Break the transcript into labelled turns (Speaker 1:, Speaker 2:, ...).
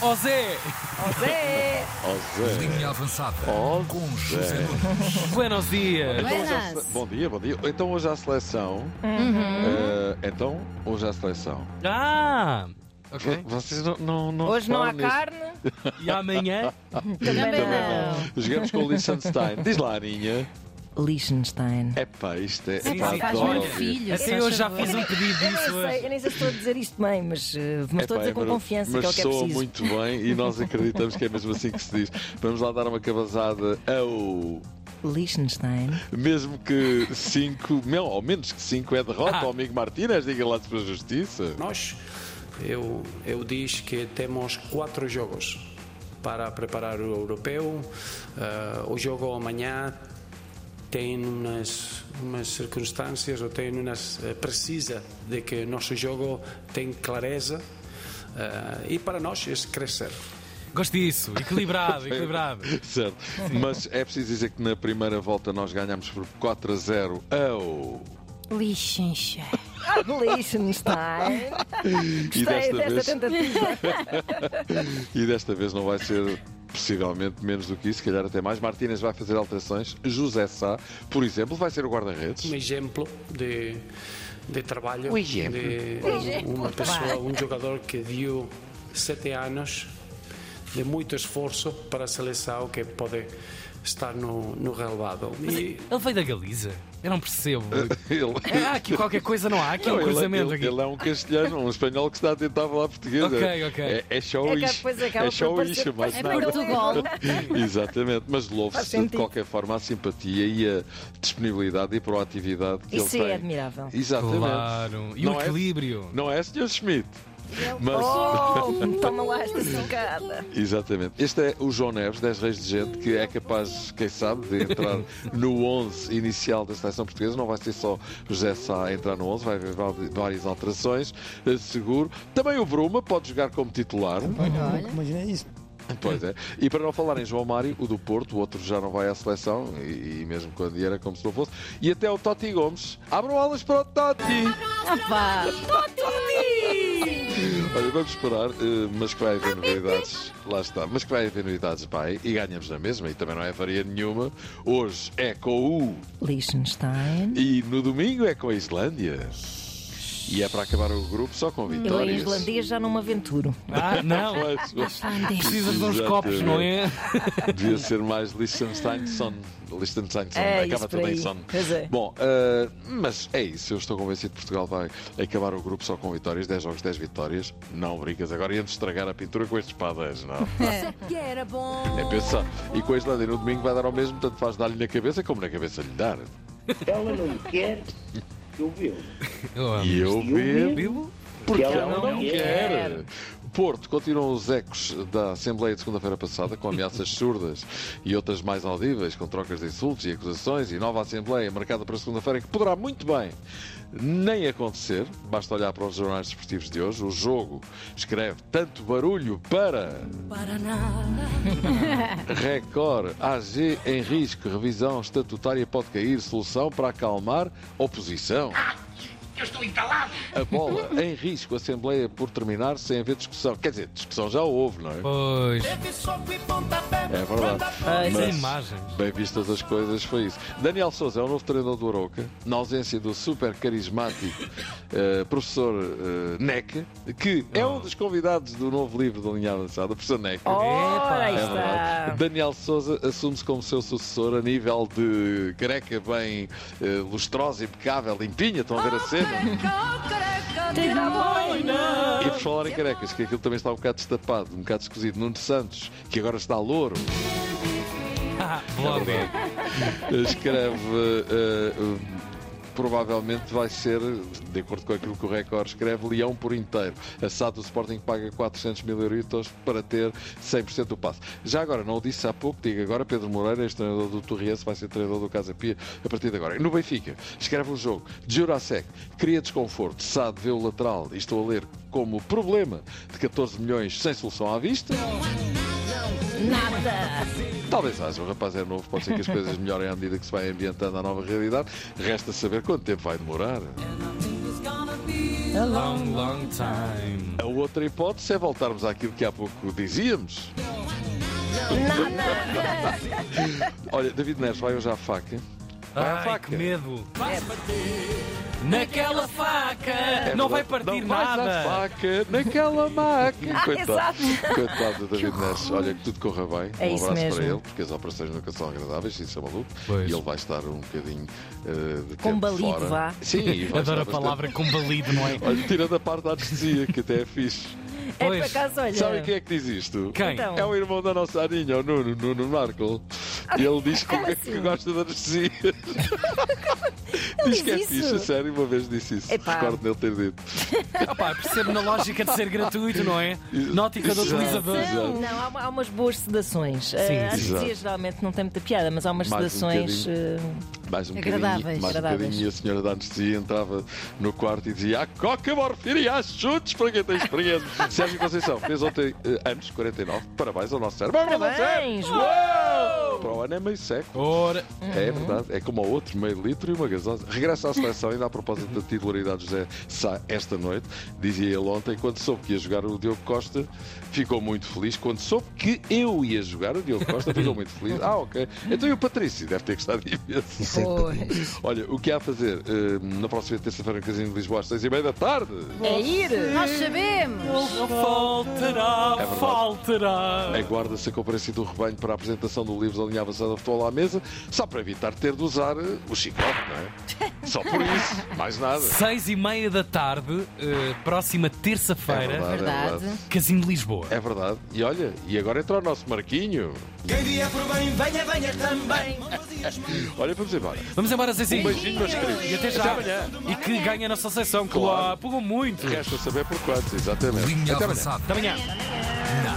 Speaker 1: Ó Zé!
Speaker 2: Zé!
Speaker 3: Linha avançada.
Speaker 4: Oh,
Speaker 3: com
Speaker 4: Zé.
Speaker 3: José Nunes.
Speaker 1: Buenos dias!
Speaker 4: Então, hoje à
Speaker 2: Buenas.
Speaker 4: sele- Bom dia, bom dia. Então hoje há seleção.
Speaker 2: Uhum.
Speaker 4: Eh, então, hoje há seleção.
Speaker 1: Ah!
Speaker 4: V- Vocês não, não, não
Speaker 2: Hoje não há
Speaker 4: reparam nisso.
Speaker 2: carne.
Speaker 1: E amanhã?
Speaker 2: Também,
Speaker 4: Também não. Jogamos com o Liechtenstein. Diz lá, Aninha.
Speaker 2: não. Liechtenstein.
Speaker 4: É pá, isto é.
Speaker 1: Sim,
Speaker 4: pá,
Speaker 1: sim. É
Speaker 5: Faz
Speaker 4: adoro.
Speaker 5: muito filho.
Speaker 1: Até eu já fiz um pedido
Speaker 2: Eu nem,
Speaker 1: disso
Speaker 2: sei,
Speaker 1: hoje.
Speaker 2: eu nem sei se estou a dizer isto bem, mas, eh, mas estou a
Speaker 4: Epá,
Speaker 2: dizer com
Speaker 4: mas-
Speaker 2: confiança
Speaker 4: mas
Speaker 2: que é o que é
Speaker 4: soa
Speaker 2: preciso.
Speaker 4: muito bem e nós acreditamos que é mesmo assim que se diz. Vamos lá dar uma cabazada ao.
Speaker 2: Liechtenstein.
Speaker 4: Mesmo que 5, não, ao menos que 5 é derrota, ao amigo Martínez, diga lá se para a justiça.
Speaker 6: Nós, eu, eu diz que temos quatro jogos para preparar o europeu. Ah, o jogo amanhã tem umas, umas circunstâncias, ou tem umas. eh, precisa de que nosso jogo tem clareza. Ah, e para nós é crescer.
Speaker 1: Gosto disso, equilibrado, equilibrado.
Speaker 4: Certo. Mas é preciso dizer que na primeira volta nós ganhámos por 4 a um. 0 ao.
Speaker 5: Lixencha.
Speaker 2: Liechtenstein.
Speaker 4: E
Speaker 2: Gostei
Speaker 4: desta,
Speaker 2: desta
Speaker 4: vez,
Speaker 2: tentativa.
Speaker 4: e desta vez não vai ser possivelmente menos do que isso, se calhar até mais. Martínez vai fazer alterações. José Sá, por exemplo, vai ser o
Speaker 6: Um
Speaker 4: guarda-redes.
Speaker 6: exemplo de, de trabalho.
Speaker 7: Um exemplo.
Speaker 6: De uma pessoa, um jogador que deu sete anos de muito esforço para a seleção que pode estar no, no relevado. E
Speaker 1: Ele veio da Galiza. Eu não percebo.
Speaker 4: Ele...
Speaker 1: Há aqui qualquer coisa, não há? Aqui um
Speaker 4: Não, ele,
Speaker 1: cruzamento
Speaker 4: ele-
Speaker 1: aqui.
Speaker 4: ele é um castelhano, um espanhol que está a tentar falar português.
Speaker 1: Ok,
Speaker 4: É-
Speaker 1: ok.
Speaker 4: É, é só
Speaker 2: É que
Speaker 4: isso.
Speaker 2: depois acaba
Speaker 4: É só
Speaker 2: por parecer-
Speaker 4: isso, mais
Speaker 2: É
Speaker 4: nada.
Speaker 5: Portugal.
Speaker 4: Exatamente, mas
Speaker 2: Faz
Speaker 4: louvo-se de
Speaker 2: sentido.
Speaker 4: qualquer forma a simpatia e a disponibilidade e proatividade que
Speaker 2: Isso
Speaker 4: ele
Speaker 2: é
Speaker 4: tem.
Speaker 2: admirável.
Speaker 4: Exatamente.
Speaker 1: Claro. E o
Speaker 4: não,
Speaker 1: equilíbrio.
Speaker 4: é, não é, Sr. Schmidt? Mas,
Speaker 2: é Oh, toma lá esta sacada.
Speaker 4: exatamente. Este é o João Neves, 10 Reis de Gente, que é capaz, quem sabe, de entrar no 11 inicial da seleção portuguesa. Não vai ser só José Sá a entrar no 11, vai haver va- várias alterações, eh, seguro. Também o Bruma pode jogar como titular.
Speaker 8: é Imagina isso.
Speaker 4: Pois é. E para não falar em João Mário, o do Porto, o outro já não vai à seleção, e, e mesmo quando ia era como se não fosse. E até o Totti Gomes. Abram alas para o Totti!
Speaker 5: Ah, pá.
Speaker 4: Olha, vamos esperar, eh, mas que vai haver novidades. Lá está. Mas que vai haver novidades, pai. E ganhamos na mesma, e também não é varia nenhuma. Hoje é com o
Speaker 2: Liechtenstein.
Speaker 4: e no domingo é com a Islândia. E é para acabar o grupo só com
Speaker 2: Eu Então em
Speaker 4: vitórias.
Speaker 2: islandês já não me aventuro.
Speaker 4: é?
Speaker 1: Ah, não.
Speaker 4: Pois,
Speaker 1: Precisas de uns copos, não é?
Speaker 4: Devia ser mais Liechtenstein Son. Liechtenstein Son.
Speaker 2: É, isso
Speaker 4: Acaba
Speaker 2: por
Speaker 4: tudo em
Speaker 2: aí.
Speaker 4: Son.
Speaker 2: Pois é.
Speaker 4: Bom, ah, mas é isso. Eu estou convencido que Portugal vai acabar o grupo só com vitórias. 10 jogos, 10 vitórias. Não brincas. Agora íamos estragar a pintura com estes padrões, não?
Speaker 5: Que É. era bom.
Speaker 4: É pensar. E com a Islândia no domingo vai dar ao mesmo. Tanto faz dar-lhe na cabeça como na cabeça lhe dar.
Speaker 9: Ela não quer, eu vi.
Speaker 1: Eu amo.
Speaker 4: E eu ver.
Speaker 1: Bibo?
Speaker 4: Porque
Speaker 9: ela
Speaker 4: ela não
Speaker 9: não
Speaker 4: quer. Porto, continuam os ecos da Assembleia de segunda-feira passada, com ameaças surdas e outras mais audíveis, com trocas de insultos e acusações, e nova Assembleia marcada para segunda-feira, que poderá muito bem nem acontecer. Basta olhar para os jornais desportivos de hoje. O jogo escreve tanto barulho para. Record, AG em risco, revisão estatutária pode cair, solução para acalmar oposição. A bola em risco, Assembleia por terminar sem haver discussão. Quer dizer, discussão já houve, não é?
Speaker 1: Pois.
Speaker 4: É verdade.
Speaker 1: Ah, isso é
Speaker 4: Mas-
Speaker 1: imagem.
Speaker 4: Bem vistas as coisas, foi isso. Daniel Souza é o novo treinador do Aroca, na ausência do super carismático eh, professor eh, Neca, que é um dos convidados do novo livro da linha avançada, professor Neca.
Speaker 2: Ora, aí
Speaker 1: É
Speaker 2: está.
Speaker 4: Daniel Souza assume-se como seu sucessor a nível de careca bem eh, lustrosa, impecável, limpinha, estão a ver a cena? E por falar em carecas, que aquilo também está um bocado destapado, um bocado esquisito. Nuno Santos, que agora está louro,
Speaker 1: Ah, logo é.
Speaker 4: escreve. eh, eh, Provavelmente vai ser, de acordo com aquilo que o Record escreve, Leão por inteiro. A SAD do Sporting paga 400 mil euros para ter 100% do passe. Já agora, não o disse há pouco, digo agora, Pedro Moreira, ex-treinador do Torriense, vai ser treinador do Casa Pia a partir de agora. E No Benfica, escreve um jogo de Jurasek, cria desconforto, SAD vê o lateral, e estou a ler como problema de 14 milhões sem solução à vista. Talvez haja, o rapaz é novo, pode ser que as coisas melhorem à medida que se vai ambientando à nova realidade. Resta saber quanto tempo vai demorar.
Speaker 1: a long, long time.
Speaker 4: A outra hipótese é voltarmos àquilo que há pouco dizíamos. Olha, David Neres vai hoje à faca. Vai à
Speaker 1: Ai,
Speaker 4: faca.
Speaker 1: que medo. Naquela faca!
Speaker 4: É
Speaker 1: não vai
Speaker 4: verdade.
Speaker 1: partir
Speaker 4: não Vais à
Speaker 1: nada.
Speaker 4: faca, naquela maca. Coitado.
Speaker 2: Ah, exato.
Speaker 4: Coitado do David Neres. Olha, que tudo corra bem.
Speaker 2: É
Speaker 4: um
Speaker 2: isso
Speaker 4: abraço para
Speaker 2: mesmo.
Speaker 4: ele, porque as operações nunca são agradáveis, isso é maluco.
Speaker 1: Pois.
Speaker 4: E ele vai estar um bocadinho eh, de tempo
Speaker 2: Combalido,
Speaker 4: fora.
Speaker 2: um vá.
Speaker 4: Sim, e vai estar
Speaker 1: Adoro a
Speaker 4: bastante-
Speaker 1: palavra combalido, não é?
Speaker 4: Olha, tirando a parte da anestesia, que até é fixe.
Speaker 2: É por
Speaker 1: Pois.
Speaker 2: acaso, olha.
Speaker 4: Sabem quem é que diz isto?
Speaker 1: Quem?
Speaker 2: Então.
Speaker 4: É o irmão da nossa Aninha, o Nuno, Nuno Marco. E ele diz que,
Speaker 2: Como assim?
Speaker 4: que gosta de anestesia. diz que é
Speaker 2: diz
Speaker 4: fixe,
Speaker 2: isso?
Speaker 4: a sério, uma vez disse isso.
Speaker 2: Epá.
Speaker 4: Recordo dele ter dito.
Speaker 1: Opá, Ah, percebo na lógica de ser gratuito, não é?
Speaker 4: Isso-
Speaker 1: Nótica do
Speaker 4: isso já-
Speaker 1: utilizador.
Speaker 4: Exato.
Speaker 2: Não, há, há umas boas sedações. Sim,
Speaker 4: é. exato.
Speaker 2: anestesia geralmente não tem muita piada, mas há umas
Speaker 4: Mais um
Speaker 2: sedações. eh,
Speaker 4: Mais um bocadinho,
Speaker 5: Agradáveis.
Speaker 4: mais um
Speaker 2: Agradáveis.
Speaker 4: bocadinho, e a senhora da anestesia entrava no quarto e dizia: há coca, morfina e há chutes para quem tem experiência. Sérgio Conceição fez ontem eh, anos 49. Parabéns ao nosso Sérgio. Parabéns! ao
Speaker 2: Parabéns!
Speaker 4: Sérgio! Uou! Para o ano é meio seco.
Speaker 1: Ora,
Speaker 4: É verdade, é como ao outro, meio litro e uma gasosa. Regressa à seleção, ainda a propósito da titularidade de José Sá esta noite, dizia ele ontem, quando soube que ia jogar o Diogo Costa, ficou muito feliz. Quando soube que eu ia jogar o Diogo Costa, ficou muito feliz. Ah, ok. Então e o Patrício? Deve ter gostado imenso.
Speaker 2: Pois.
Speaker 4: Olha, o que há a fazer eh, na próxima terça-feira no Casino de Lisboa, às seis e meia da tarde?
Speaker 2: É ir!
Speaker 5: Nós sabemos.
Speaker 1: faltará,
Speaker 4: É verdade.
Speaker 1: faltará.
Speaker 4: Aguarda-se a conferência do rebanho para a apresentação do livro da linha avançada de futebol à mesa, só para evitar ter de usar eh, o chicote, não é? Só por isso, mais nada.
Speaker 1: Seis e meia da tarde, eh, próxima
Speaker 4: É
Speaker 1: terça-feira,
Speaker 4: verdade, É
Speaker 5: Verdade.
Speaker 4: verdade.
Speaker 1: Casino de Lisboa.
Speaker 4: É verdade. E olha, e agora entra o nosso Marquinho.
Speaker 7: Quem vier por bem, venha, venha também. Mãos e as mãos.
Speaker 4: Olha, vamos embora.
Speaker 1: Vamos embora, Zezinho.
Speaker 4: Um beijinho, meus queridos.
Speaker 1: E até já. E que ganhe a nossa sessão, que
Speaker 4: Claro.
Speaker 1: lá pagou muito.
Speaker 4: Resta saber por quantos, exatamente.
Speaker 3: Linha
Speaker 4: Até amanhã.
Speaker 3: avançada.
Speaker 1: Até amanhã.
Speaker 3: Na